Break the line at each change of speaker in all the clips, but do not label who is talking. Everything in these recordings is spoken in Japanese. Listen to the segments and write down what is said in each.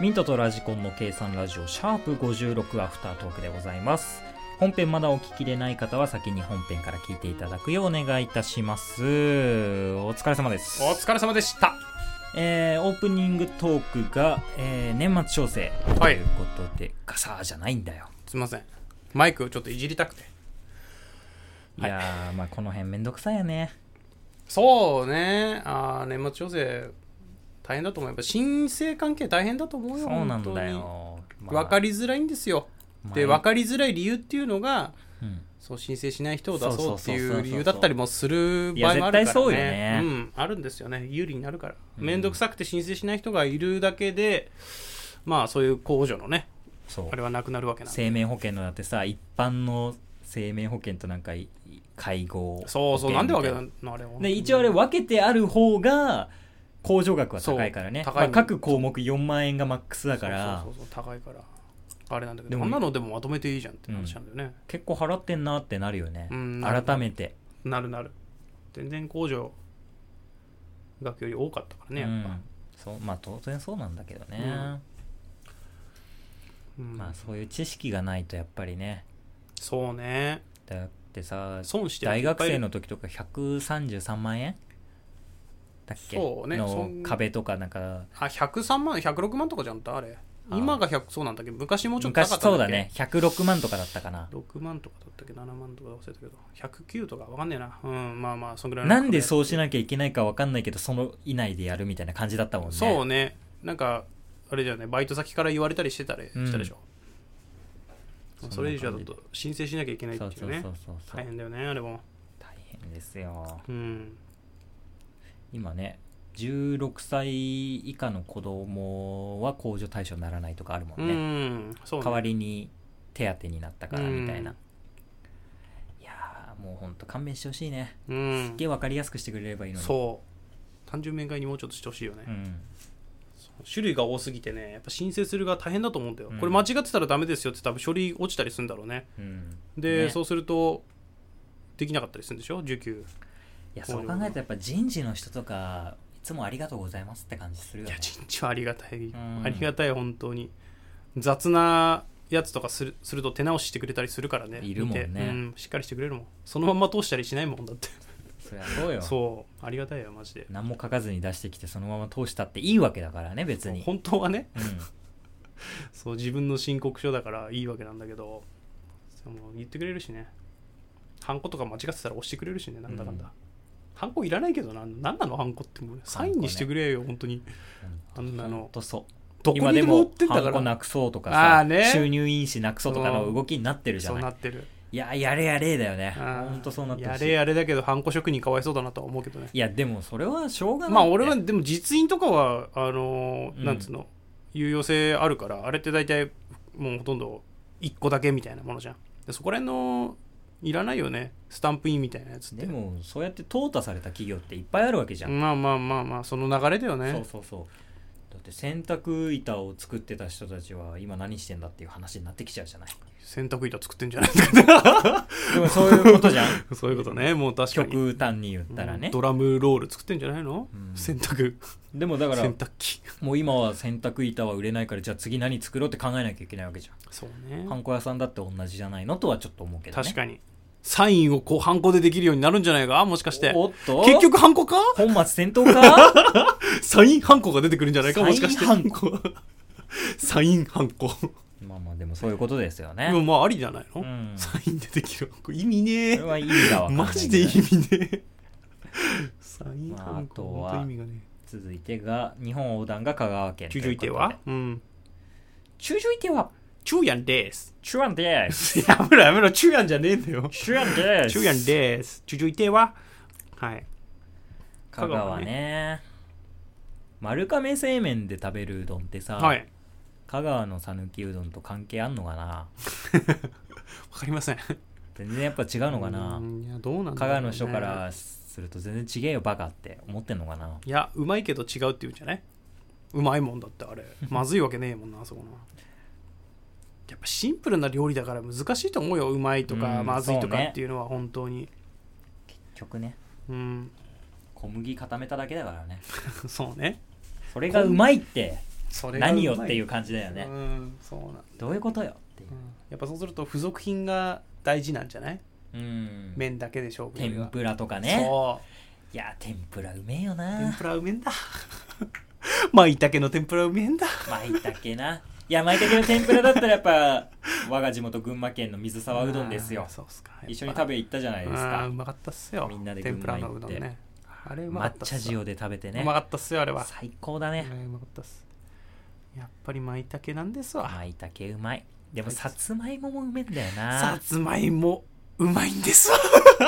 ミントとラジコンの計算ラジオシャープ56アフタートークでございます本編まだお聞きでない方は先に本編から聞いていただくようお願いいたしますお疲れ様です
お疲れ様でした
えーオープニングトークが、えー年末調整と
はい
いうことで、ガサーじゃないんだよ
すいませんマイクをちょっといじりたくて
いやー、まあこの辺めんどくさいよね
そうねあー年末調整大変だと思うやっぱ申請関係大変だと思うよ
そうなんだ
本
よ、
当に分かりづらいんですよ、
まあ
で分かりづらい理由っていうのが
うん
そう申請しない人を出
そ
そうう
そう
っ
そう
て
そうそう
いう理由だったりもする場合もあるから、
いや
ね、
絶対そうよね
うん、あるんですよね有利になるから
うん
面倒くさくて申請しない人がいるだけでまあそういう控除のね
そう
あれはなくなるわけなんで
生命保険のだってさ一般の生命保険となんかい介護
そうそう
保
な
険み
んで
た
わ
い
けなのあれ
で一応あれ分けてある方が控除額は高いからね、
そう
ま
高い
あ、各項目4万円がマックスだ
だ
から
そうそうそう高いからあれなんだけ
で
ど
も
こんなのでもまとめていいじゃんって話なんだよね、
結構払ってんなってなるよね、
うん
改めて
なるなる全然控除額より多かったからねやっぱ、
うん、そうまあ当然そうなんだけどね、
うん
まあそういう知識がないとやっぱりね
そうね
だってさ
損してる人
大
いっ
学
ぱいい
生
る
の時とか133万円だっけ
そうねそ
の
ん
壁とかなんか
あ103万106万とかじゃんとあれ
あー
今が100そうなんだけど昔もうちょっと高か
昔
った
そ
ん
うだ
だっけ
ね106万とかだったかな
6万とかだったっけ7万とか忘れたけど109とかわかんねえなうんまあまあそんぐらいの
なんで
う
そうしなきゃいけないか分かんないけどその以内でやるみたいな感じだったもんね
そうねなんかあれじゃねバイト先から言われたりしてたり
うん
したでしょ、まあそれ以上
そ
だ
んな
と申請しなきゃいけないって
そ
いうう
そう
ね
そうそうそう
大変だよねあれも
大変ですよ
うん
今ね16歳以下の子供は控除対象にならないとかあるも
うん
ね、
んそうね
代わりに手当になったからみたいな、
うん
いやーもうほんと勘弁してほしいね
う
す
ん
っげえ分かりやすくしてくれればいいのに
そう単純明快にもうちょっとしてほしいよね、
ん、
種類が多すぎてねやっぱ申請するが大変だと思うんだよ、
うん
これ間違ってたらダメですよって多分処理落ちたりするんだろうね
うん、
で、
ね
そうするとできなかったりするんでしょ受給
いやそう考えるとやっぱ人事の人とかいつもありがとうございますって感じするよ
い
ね
や人事はありがたい、
ん
ありがたい本当に雑なやつとかするすると手直ししてくれたりするからね
いるもんね
見てうんしっかりしてくれるもんそのまんま通したりしないもんだって
そりゃそうよ
そうありがたいよマジで
何も書かずに出してきてそのまま通したっていいわけだからね別に、
本当はね
うん、
そう自分の申告書だからいいわけなんだけどその言ってくれるしねハンコとか間違ってたら押してくれるしねなんだかんだ、
うん
ハンコいらないけどななんなのハンコってもうサインにしてくれよ、本当にあんな
ほん
の
とそう
どこ
今
に
で
でも売っ
も
てん
ハ
だか
ンコな
ら
くそうとか
あ
さ、
ーね
収入印紙なくそうとかの動きになってるじゃ
そう
な
ないってる
いややれやれだよね
あー
ほんとそうなってほ
や
しい
れやれだけどハンコ職人かわいそうだなとは思うけどね
いやでもそれはしょうがない
まあ俺
っ
は
て
でも実印とかはあのー
うん
なんつうの有用性あるからあれって大体もうほとんど1個だけみたいなものじゃんでそこら辺のいらないよねスタンプインみたいなやつって
でもそうやって淘汰された企業っていっぱいあるわけじゃん、
まあまあまあまあその流れだよね
そうそうそうだって洗濯板を作ってた人たちは今何してんだっていう話になってきちゃうじゃない
洗濯板作ってんじゃないですか
でもそういうことじゃん
そういうことねもう 確かに
極端に言ったらね、
ドラムロール作ってんじゃないの、
うん
洗濯
でもだから
洗濯機
もう今は洗濯板は売れないからじゃあ次何作ろうって考えなきゃいけないわけじゃん
そうね
ハンコ屋さんだって同じじゃないのとはちょっと思うけどね
確かにサインをこうハンコでできるようになるんじゃないかもしかして
おおっと
結局ハン コか
本末転倒か
サインハンコが出てくるんじゃないかもしかして
サイン
コ サインハンコ
まあまあでもそういうことですよね
でもまあありじゃないの、
うんそ
サインでできるハンコ意味ね
れ
え
は意味がわかんない
マジで意味ねえサインハンコ、
まああとは
本当意味がね
続いてが日本横断が香川県
え中々一定はうん
中々一定は
中やんです
中安です
やめろやめろ中やんじゃねえんだ よ
中安です
中やんです中々一定ははい
香川ね丸亀製麺で食べるうどんってさ、
はい
香川の讃岐うどんと関係あんのかな
わかりません
全然やっぱ違うのかな、
うんいやどうなんだろうね
香川の人からすると全然違えよバカって思ってんのかない
やうまいけど違うって言うんじゃないうまいもんだってあれまずいわけねえもんなあそこのやっぱシンプルな料理だから難しいと思うようまいとか
うん
まずいと
そう
か
ね
っていうのは本当に
結局ね
うん
小麦固めただけだからね
そうね
それがうまいって
それが
何よ
ま
っていう感じだよね、
うんそうなんだ、
どういうことよっていう
うんやっぱそうすると付属品が大事なんじゃない
うん
麺だけで勝負よりは
天ぷらとかね
そ
いや天ぷらうめえよ
う天
な
ぷらうめえんだ まいたけの天ぷらうめえんだ
まいたけないやまいたけの天ぷらだったらやっ ぱ我が地元群馬県の水沢うどんです
あ
よ
ーそうっすか
一緒に食
べ
べ行ったじゃないです
う
か
まかったっすよ
みんなで群
天ぷら
馬行
の
って
うどんねあれうまか
抹
った
茶
っすよ
塩で食べて
う
ね
まかったっすよあれは
最高だね
うんうまかったっすやっぱり舞茸なんですわ
まいたけうまいでも
はい
さつまいももうめえんだよ
さ
な
つまいもうまいんですわ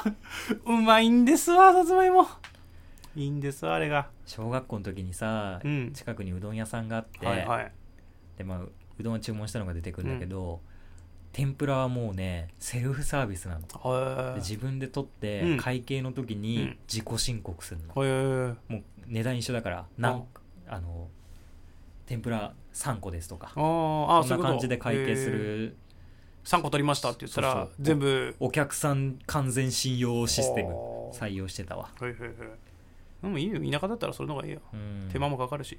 うまいんですわさつまいもいいんですわあれが
小学校の時にさ、
うん
近くにうどん屋さんがあって、
はいはい
でまあ、うどんを注文したのが出てくるんだけど、天ぷらはもうねセルフサービスなので
は
自分で取って、
うん
会計の時
う
に
ん
自己申告するの、
いは
もう値段一緒だからなん
あ
あの天ぷら3個ですとか
あーあー
そ
そうんいう
な
こと
感じで会計す
へー
る
3個取りましたって言ったら
そうそう
全部
お客さん完全信用システム
はあ
採用してたわ、
はいはいはいでもいいよ田舎だったらそれの方がいいよ、
うん、
手間もかかるし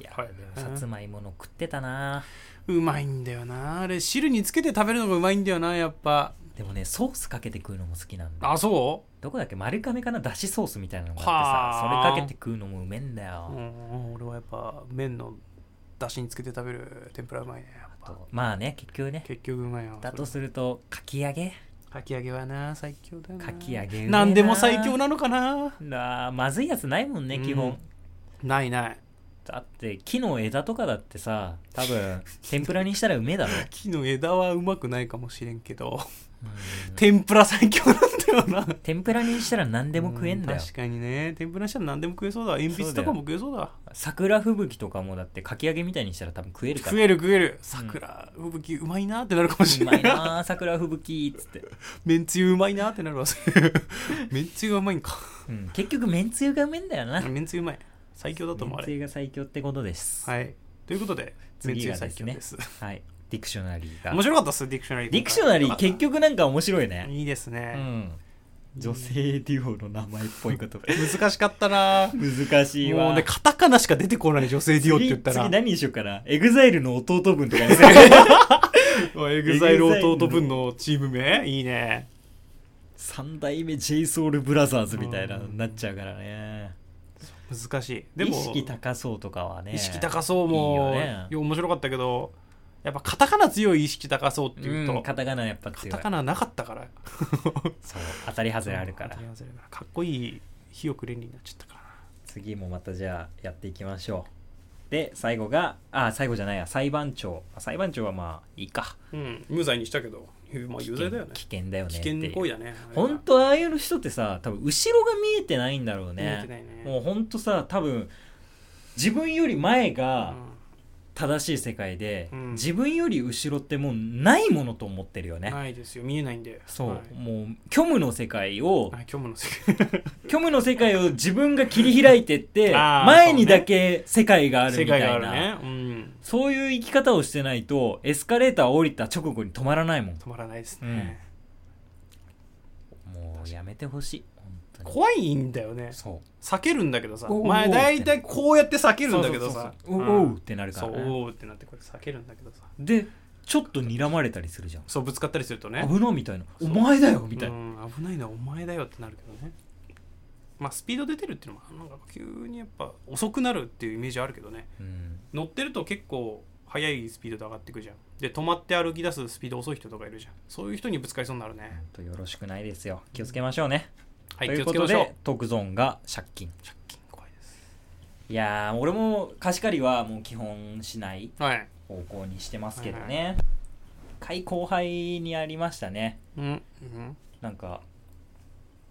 いや、
はい
でもさつまいもの食ってたな
うまいんだよなあれ汁につけて食べるのがうまいんだよなやっぱ
でもねソースかけて食うのも好きなんだ
あそ
どこだっけ丸亀かなだしソースみたいなのが
は
あ
あ
ってさそれかけて食うのもうめえんだよ、
う、うん、俺はやっぱ麺の出汁につけて食べる天ぷらうまいねやっ
あ
ぱ
とまあね結局ね
結局うまいよ
だとするとかき揚げ
かき揚げはな最強だよな
かき揚げうめえな
何でも最強なのかな
なあまずいやつないもんね
うん
基本、
ないない
だって木の枝とかだってさ多 分天ぷらにしたらうめえだろ、
木の枝はうまくないかもしれんけど
うん
天ぷら最強なんだよな
天ぷらにしたら何でも食えんだ
う
よ
確かにね天ぷらにしたら何でも食えそうだ鉛筆とかも食えそうだ
桜吹雪とかもだってかき揚げみたいにしたら多分食えるから
食える食える桜吹雪うまいなってなるかもし
う
れ
ま
ない
いなあ桜吹雪っつって、
めんつゆうまいなってなるわそ れめんつゆがうまいんか
うん、結局めんつゆがうめえんだよな
めんつゆうまい最強だと思
め
うんあ
つ
れ
ゆが最強ってことですい、
はいということでめんつ
次
ゆ
がで
最
す
強
ね
です
はい、ディクショナリーが
面白かったっすディクショナリー
ディクショナリー結
よ
局なんか面白い
かった
ね
いいです
う
ね、
ん女性デュオの名前っぽいこと
難しかったな
難しいわ
もうねカタカナしか出てこない女性ディオって言った
次次
ら
何にしようかなエグザイルの弟分とかにする
エグザイル弟分のチーム名いいね
三代目 JSOULBROTHERS みたいなの
うん
になっちゃうからね
難しいで
で
も
も意識高そうとかはね
意識高そうも
いいよね
いや面白かったけどやっぱカタカナ強い意識高そうっていうと、
うん、
カ
カタカナやっぱ強い
タカナなかったから
そう当たり外れあるから
当たり外れからかっこいいひよくれになっちゃったからな
次もまたじゃあやっていきましょうで最後があ最後じゃないや裁判長あ裁判長はまあいいか
うん無罪にしたけどまあ有罪だよね
危険だよね
危
ってい
険
う
行為だね
本当ああいう人ってさ多分後ろが見えてないんだろう
見え
ね
てないね
もう本当さ多分自分より前
う
が
ん
正しい世界で、
うん
自分より後ろってもうないものと思ってるよね、
ないですよ見えないんで
そう、
はい
もう虚無の世界を、
はい虚無の世界
虚無の世界を自分が切り開いてって
あー
前にだけ世界がある
世
みた
界
い
があ
な
るねうん
そういう生き方をしてないとエスカレーターを降りた直後に止まらないもん
止まらないですね
もうやめてほしい本当に
怖いんだよね
そう
避けるんだけどさ
おうおうおう
前大体こうやって避けるんだけどさ
そうそうそううんおうおうってなるか
そ
ら
う
ね
おうってなってこれ避けるんだけどさ
でちょっと睨まれたりするじゃん
そうぶつかったりするとね
危なみたいなお
そう
前だよみたいな
うん危ないのはお前だよってなるけどねまあスピード出てるっていうのもなんか急にやっぱ遅くなるっていうイメージあるけどね
うん
乗ってると結構速いスピードで上がってくじゃんで止まって歩き出すスピード遅い人とかいるじゃんそういう人にぶつかりそうになるね
ほんとよろしくないですよ気をつけましょうね
は
とい
い気
う
を
こ
つけ
と
ましょう
でトークゾーンが借金
借金怖いです
いやー俺も貸し借りはもう基本しない
はい
方向にしてますけど
はい
ね会後輩にありましたね
うん、うん、
なんか、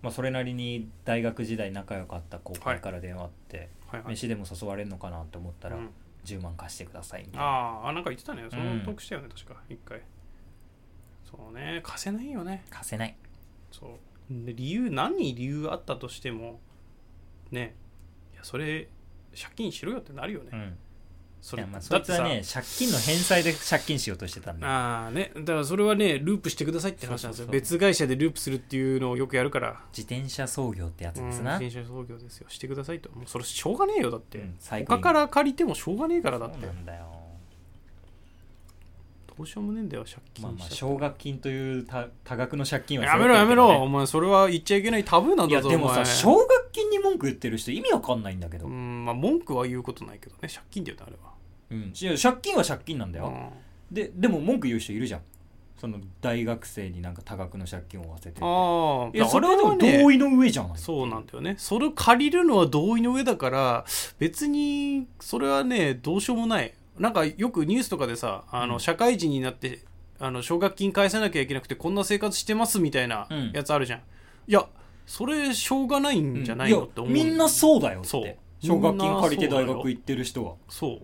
まあ、それなりに大学時代仲良かった後輩から電話あって、
はいはい
飯でも誘われるのかなって思ったら、
うん
10万貸してくださいみたいな
あーあなんか言ってたねその得したよね、確か一回そうね貸せないよね
貸せない
そうで理由何に理由あったとしてもねいやそれ借金しろよってなるよね、
うんい
それ
やまあそ
だっ
いつ
てさ
はね借金の返済で借金しようとしてたんで
ああねだからそれはねループしてくださいって話なんです
そうそう
よ
そう
別会社でループするっていうのをよくやるから
自転車操業ってやつ
うん
です
自
な、
転車操業ですよしてくださいともうそれしょうがねえよだって、
うん最高
他から借りてもしょうがねえからだって
そうなんだよ
どうしようもねえんだよ借金しちゃ
ま
っ
あまあ
て
奨学金という多多額の借金は
やめろやめ
背負ってるけどね
ろお前それは言っちゃいけないタブーなん
い
だ
や
ぞ
でも
お
さ
前
奨学金に文句言ってる人意味わかんないんだけど、
う
うん
んまあ文句は言うことないけどね借金だよねあれは、
いや借金は借金なんだよ、
うん
ででも文句言う人いるじゃんその大学生になんか多額の借金を負わせてて
ああ
いやそれはでも同
意
意の上じゃない
そうなんだよねそれを借りるのは同意の上だから別にそれはねどうしようもないなんかよくニュースとかでさあ
うん
の社会人になってあの奨学金返さなきゃいけなくてこんな生活してますみたいな
うん
やつあるじゃん、いやそれしょうがない
うん
じゃないのって思う、
いやみんなそうだよっ
そう
て奨学金借りて大学行ってる人は
そう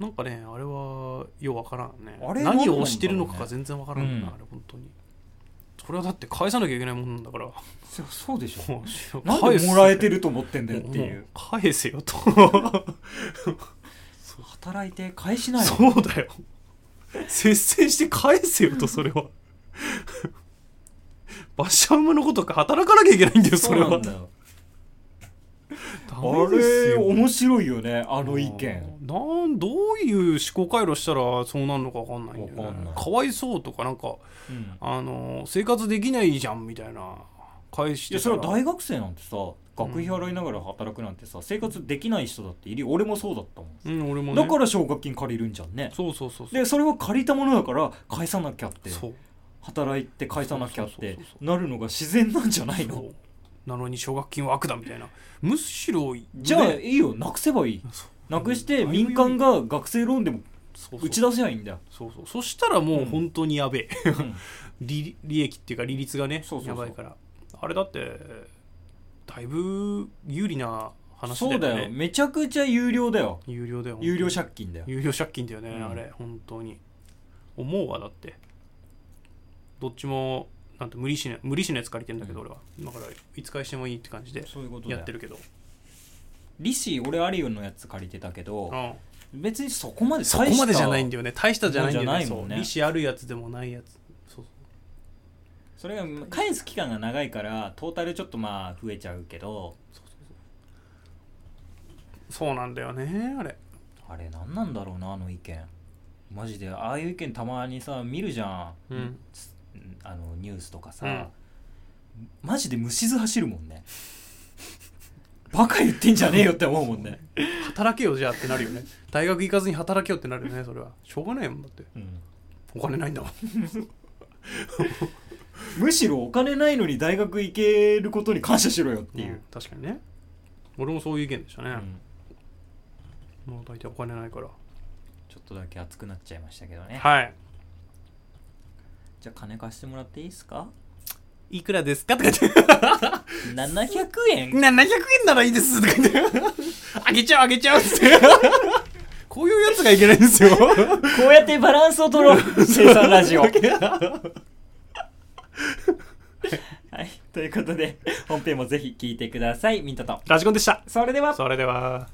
なんかねあれはようわからんね
あれ何
何
なんだろう
を
ね
押してるのかが全然わからんな、
うん
あれ本当にそれはだって返さなきゃいけないもんなんだから
そうそうでしょ
もう
なんでもらえて
る
ると思ってんだよっていう
返せよと
働いて返 しないよ
そうだよ節制して返せよとそ れは馬車馬のことか働かなきゃいけないんだよそれは
うなんだよ
ダ
あ
メです
れ
よ
面白いよねあの意見
なんどういう思考回路したらそうなるのか分かんないんだ
わ
よ
かん
ね
ない
かわいそうとかなんか
うん
あの生活できないじゃんみたいな返し
い
て
や
た
そ
ら
れは大学生なんてさ学費払いながら働くなんてさ生活できない人だっているよ俺もそうだったもん
うん俺もね
だから奨学金借りるんじゃんね
そうそうそうそう
でそれは借りたものだから返さなきゃって
そう
働いて返さなきゃっ
そうそう
て
そうそう
なるのが自然なんじゃない
そ
の
うなのに奨学金は悪だみたいなむしろね
じゃあいいよなくせばいい
そう
なくして
うん
民間が学生ローンでも
そうそう
打ち出せばいいんだよ
そうそうそしたらもう本当にやべえ、
ん
利利益っていうか利率がね
そうそうそう
やばいからあれだってだいぶ有利な話だ
そ
よ
う
ね
だよめちゃくちゃ有料だよ
有料だよ
有料
本
借金だよ
当に有料借金だよね、
うん
あれ本当に思うわだってどっちもなんて無利子な無利子のやつ借りてんだけど、
うん
俺はだからいつ返してもいいって感じで
そういうことだ
やっ
よ
てるけど
利子俺アリオンのやつ借りてたけど
うん
別にそこまで
そこまでじゃないん
だ
だよね大したじゃないんだよね
ものじゃないもんね
そう利子あるやつでもないやつそう
それが返す期間が長いからトータルちょっとまあ増えちゃうけど
そうなんだよねあれ
あれ何なんだろうなあの意見マジでああいう意見たまにさ見るじゃん、
うん
つあのニュースとかさ、マジでむしず走るもんねバカ言ってんじゃねえよって思うもんね、
働けよじゃあってなるよね大学行かずに働けよってなるよねそれはしょうがないもんだって
うん
お金ないんだもん
むしろお金ないのに大学行けることに感謝しろよっていう、
確かにね俺もそういう意見でしたね
う、ん
もう大体お金ないから
ちょっとだけ熱くなっちゃいましたけどね
はい
じゃあ金貸してもらっていいですか
いくらですかとか言って
700円
な700円ならいいですとか言って あげちゃうあげちゃう っつってこういうやつがいけないん ですよ
こうやってバランスを取 ろう生産ラジオはいということで本編もぜひ聞いてくださいミントと
ラジコンでした
それでは
それでは